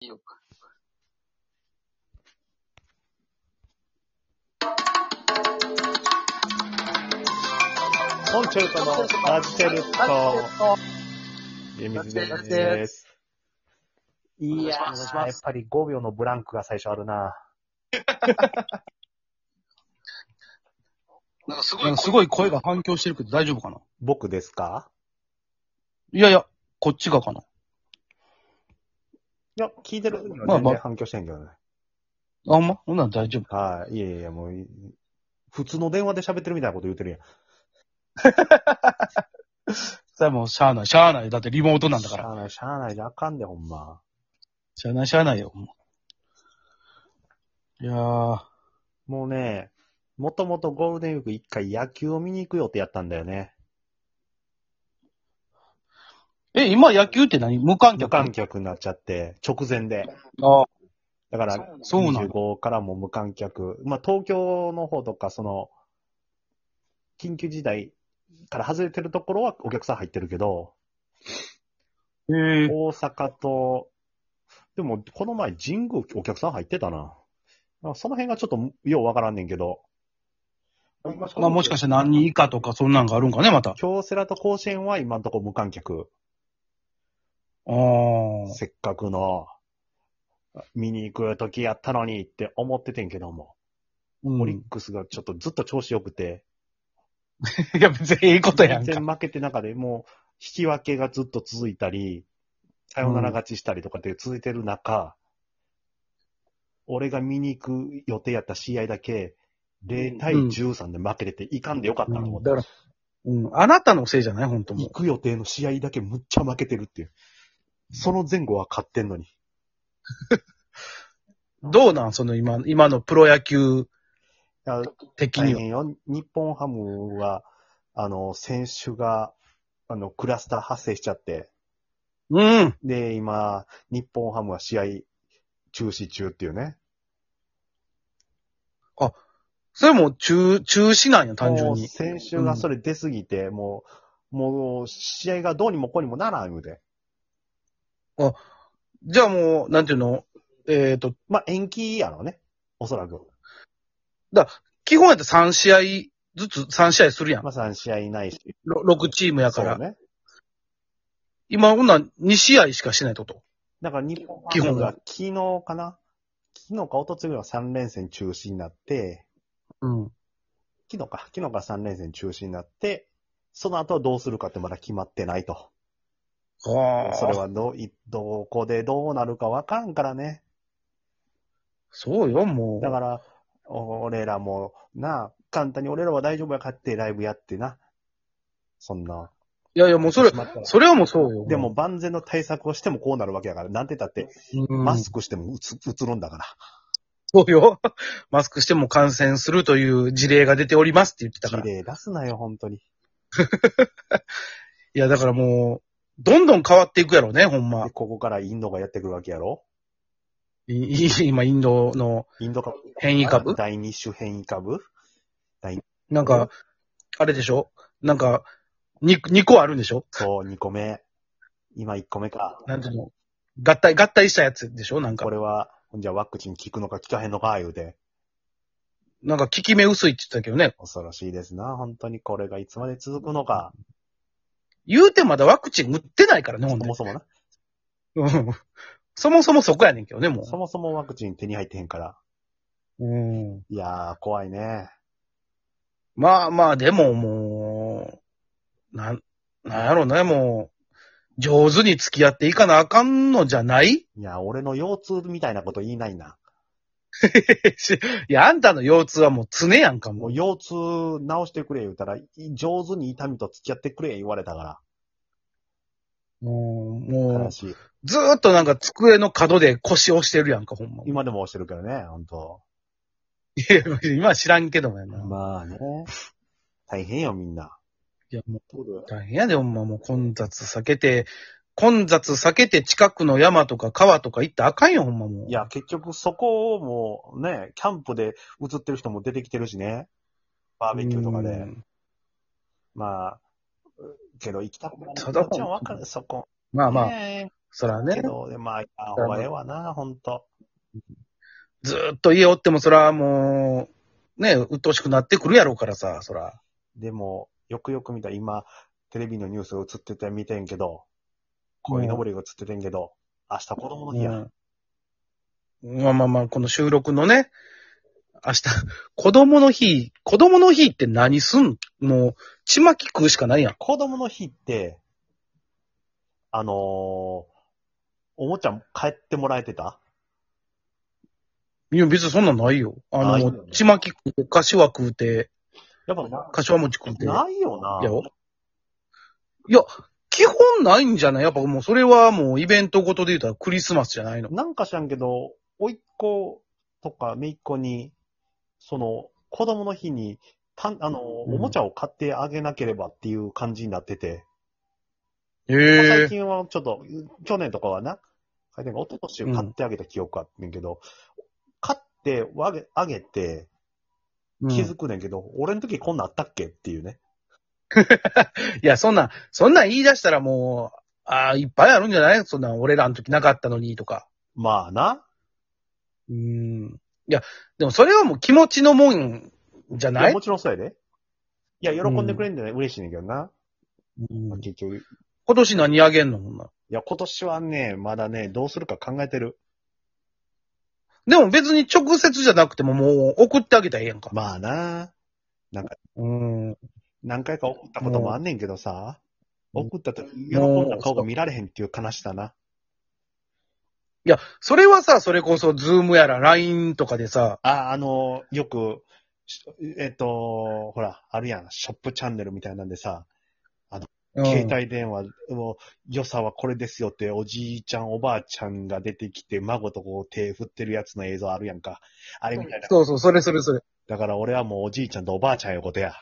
ようか。コンチェルトのラジチェルト。湯水です。いやお願いしますー、やっぱり5秒のブランクが最初あるな。なんかすごないんかすごい声が反響してるけど大丈夫かな僕ですかいやいや、こっちがかな。いや、聞いてる時にはまあ全まあ然反響してんけどね。あほんまほんなら大丈夫。はい。いやいやいや、もう、普通の電話で喋ってるみたいなこと言うてるやん。それはもうしゃあない、しゃあない。だってリモートなんだかしら。ゃあない、しゃあないであかんで、ほんま。しゃあない、しゃあないよ。ほんまいやー、もうね、もともとゴールデンウィーク一回野球を見に行く予定やったんだよね。え、今野球って何無観無客観客になっちゃって、直前で。あだから、そうなの25からも無観客。まあ、東京の方とか、その、緊急事態から外れてるところはお客さん入ってるけど、えー、大阪と、でも、この前、神宮お客さん入ってたな。まあその辺がちょっと、ようわからんねんけど。まあもしかして何人以下とかそんなんがあるんかね、また。あ京セラと甲子園は今んとこ無観客。ー。せっかくの、見に行く時やったのにって思っててんけども。オう リッん、クスがちょっとずっと調子良くて、いや、別にええことや全ん然か。負けて中でもう、引き分けがずっと続いたり、さよなら勝ちしたりとかって続いてる中、俺が見に行く予定やった試合だけ、0対13で負けてて、いかんでよかったなと思っうんて、だから、うん、あなたのせいじゃない本当も行く予定の試合だけむっちゃ負けてるっていう。その前後は勝ってんのに。う。どうなんその今、今のプロ野球いや的大には。変よ。日本ハムは、あの、選手が、あの、クラスター発生しちゃって、うん。で、今、日本ハムは試合中止中っていうね。それも中、中止なんや、単純もうに。先週がそれ出すぎて、もう、もう、試合がどうにもこうにもならんので。じゃあもう、なんていうのえっ、と、まあ、延期やろうね。おそらく。基本やったら3試合ずつ、3試合するやん。まあ、3試合ないし。ろ6チームやから。そうね。今、ほんなら2試合しかしてないってこと。だから日本基ハ本ムはが昨日かな昨日か一昨日ぐらいは3連戦中止になって、うん。昨日か、昨日が3連戦中止になって、その後はどうするかってまだ決まってないと。ああ。それ。はどうい、どこでどうなるかわからんからね。そうよ、もう。だから、俺らも、なあ、簡単に俺らは大丈夫やかってライブやってな。そんな。いやいや、もうそれし、まったらそれはもうそうよ。でも、万全の対策をしてもこうなるわけやから、なんて言ったって、うん、マスクしてもうつ、うつるんだから。そうよ。 マスクしても感染するという事例が出ておりますって言ってたから。綺い麗出すなよ、本当に。や、だからもう、どんどん変わっていくやろね、ほんまで、。ここからインドがやってくるわけやろいい今、インドのインド株。変異株第二種変異株なんか、あれでしょなんか、に、2個あるんでしょそう、二個目。今一個目か。なんていうの合体、合体したやつでしょなんかこ。れは、ほんじゃワクチン効くのか効かへんのか、言うて。なんか効き目薄いって言ってたけどね。恐ろしいですな、本当に。これがいつまで続くのか。言うてまだワクチン打ってないからね、ほそんでもそもな。うんそもそもそこやねんけどね、もそもそもワクチン手に入ってへんから。う。うん。いやー、怖いね。まあまあ、でももう、なん、なんやろね、もう、上手に付き合っていかなあかんのじゃない いや、俺の腰痛みたいなこと言いないな。いや、あんたの腰痛はもう常やんか、ももうう。腰痛直してくれ言うたら、い上手に痛みと付き合ってくれ言われたかもう、ら。も悲うしい。ずーっとなんか机の角で腰押してるやんか、ほんま。今でも押してるけどね、ほんと。いや今は知らんけどもやな。まあね。大変よ、みんな。いや、もう大変やで、ほんま、もう混雑避けて、混雑避けて近くの山とか川とか行ったらあかんよ、ほんまもう。いや、結局そこをもうね、キャンプで映ってる人も出てきてるしね。バーベキューとかうで。んまあ、うけど行きたくない。ただもちろんわかる、そこ。まあまあ、ねえそらけね。ど、でまあ、あほうがええわな、ほんと。ずーっと家おってもそらもう、ね、鬱陶しくなってくるやろうからさ、そら。でも、よくよく見たら今、テレビのニュースが映ってて見てんけど、こいのぼりが映っててんけど、明日子供の日や。うんまあまあまあ、この収録のね、明日、子供の日、子供の日って何すんもう、ちまき食うしかないやん。子供の日って、あのーおもちゃ帰ってもらえてたいや、別にそんなんないよ。あないよの、ねちまき食うて、かしわ食うて、やっぱな、かしわ餅食うて。ないよな。いや、いや、基本ないんじゃないやっぱもうそれはもうイベントごとで言うたらクリスマスじゃないの。なんか知らんけど、甥っ子とか姪っ子に、その、子供の日に、たん、あの、うんおもちゃを買ってあげなければっていう感じになってて、まへあ最え。近はちょっと、去年とかはな、去年か一昨年買ってあげた記憶あってんけど、買ってあげ、あげて、うん気いづくねんけど、俺の時こんなんあったっけっていうね。や、そんな、そんなん言い出したらもう、ああ、いっぱいあるんじゃないそんなん俺らの時なかったのにとか。まあな。うん。いや、でもそれはもう気持ちのもんじゃいなやいもちろんそうやで。いや、喜んでくれんでね、嬉しいねんけどな。うんまあ結局。い今年何あげんのほんならや、今年はね、まだね、どうするか考えてる。でも別に直接じゃなくてももう送ってあげたらええやんか。まあな。うん。何回か送ったこともあんねんけどさ。うん送った時、喜んだ顔が見られへんっていう悲しさな。いや、それはさ、それこそ、ズームやら、LINE とかでさ、あ、あの、よく、しえっと、ほら、あるやん、ショップチャンネルみたいなんでさ、うん携帯電話の良さはこれですよって、おじいちゃん、おばあちゃんが出てきて、孫とこう手振ってるやつの映像あるやんか。あれみたいな。そうそう、それそれそれ。だから俺はもうおじいちゃんとおばあちゃんよことや。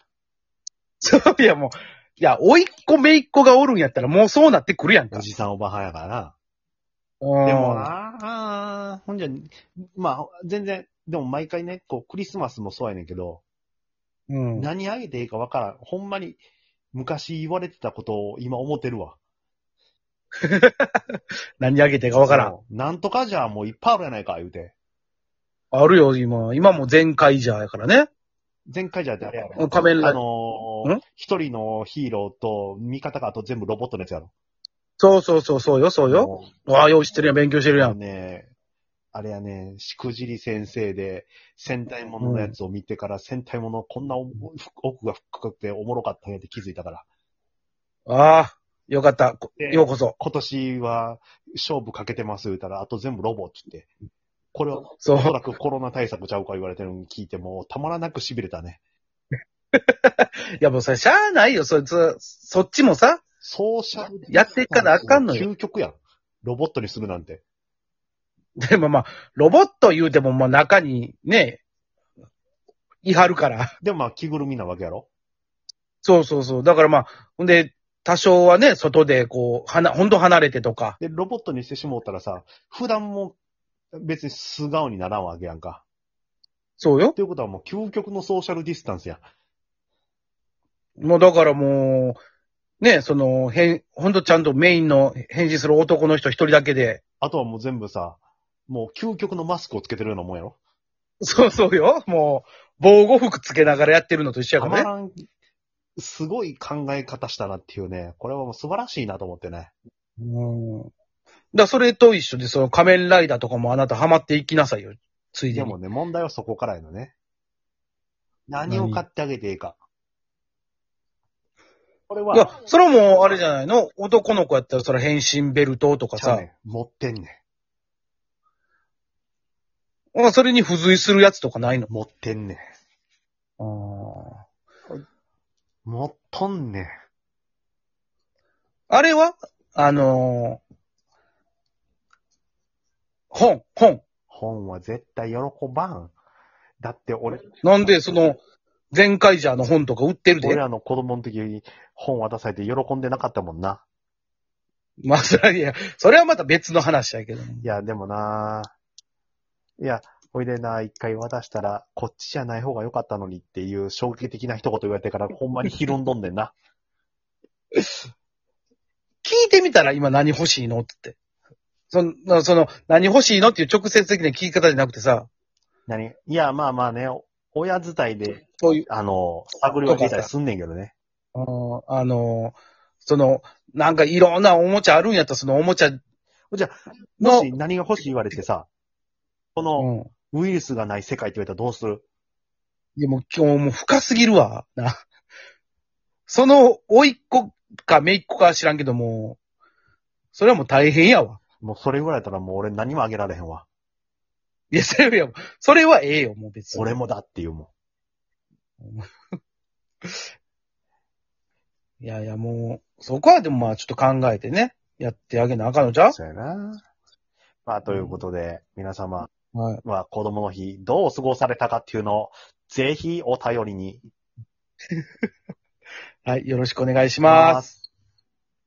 そういや、もう、いや、甥っ子、姪っ子がおるんやったら、もうそうなってくるやんか。おじさんおばはんやからな。うんでもなあ、ほんじゃ、まあ、全然、でも毎回ね、こう、クリスマスもそうやねんけど、うん。何あげていいかわからん。ほんまに、昔言われてたことを今思ってるわ。何あげていいかわからん。そう。なんとかじゃもういっぱいあるやないか、言うて。あるよ、今。今も全開じゃやからね。前回じゃってあれやろ。仮面ラあイダー。のんー、一人のヒーローと味方があと全部ロボットのやつやろ。そうそうそう、そうよ、そうよ。もわあ、よう知ってるやん、勉強してるうやあのん。ね、あれやね、しくじり先生で戦隊もののやつを見てから、戦隊ものこんなお奥が深くておもろかったんやって気づいたから。ああ、よかった。こでようこそ。今年は勝負かけてます言うたら、あと全部ロボって言って。これは、おそう。そらくコロナ対策ちゃうか言われてるのに聞いても、たまらなく痺れたね。いや、もうそれ、しゃあないよ。そいつ、そっちもさ、ソーシャルやっていかなあかんのよ。究極やん。ロボットにするなんて。でもまあ、ロボット言うても、まあ中にね、いはるから。でもまあ着ぐるみなわけやろそうそうそう。だからまあ、ほんで、多少はね、外でこう、はな、ほんと離れてとか。で、ロボットにしてしもうたらさ、普段も別に素顔にならんわけやんか。そうよ。ということはもう究極のソーシャルディスタンスや。もうだからもう、ね、その、へん、ほんとちゃんとメインの返事する男の人一人だけで。あとはもう全部さ、もう究極のマスクをつけてるようなもんやろそうそうよ。もう、防護服つけながらやってるのと一緒やたかまらね。らん、すごい考え方したなっていうね、これはもう素晴らしいなと思ってね。うん。だからそれと一緒で、その仮面ライダーとかもあなたハマっていきなさいよ。ついででに。もね、問題はそこからやのね。何を買ってあげていいか。これいやは、、それはもう、あれじゃないの男の子やったら、それ変身ベルトとかちゃうさ、ねん持ってんねん。まあそれに付随するやつとかないの持ってんねん。あ持っとんねん。れはあのー本、本。本は絶対喜ばん。だって俺、なんで、その、全カイジャーの本とか売ってる俺で。らの子供の時に本渡されて喜んでなかったもんな。まあ、それは、いや、それはまた別の話だけど。いや、でもないや、ほいでな、一回渡したら、こっちじゃない方が良かったのにっていう衝撃的な一言言われてから、ほんまにひるんどんでん な。聞いてみたら今何欲しいのって言って。その、その、何欲しいのっていう直接的な聞き方じゃなくてさ、何いや、まあまあね、お親伝いで、そういう、あの、探りを聞いたりすんねんけどね。あのあの、その、なんかいろんなおもちゃあるんやったら、そのおもちゃもの、し何が欲しい言われてさ、このうん。ウイルスがない世界って言われたらどうするでも今日もう深すぎるわ。な。その、甥っ子か姪っ子か知らんけども、それはもう大変やわ。もうそれ言われたらもう俺何もあげられへんわ。いや、それは、それはええよ、もう別に。俺もだっていうもん。いやいや、もう、そこはでもまあちょっと考えてね、やってあげなあかんのじゃそうやな。まあ、ということで、皆様うはい。は子供の日、どう過ごされたかっていうのを、ぜひお便りにはい、よろしくお願いししまます。す。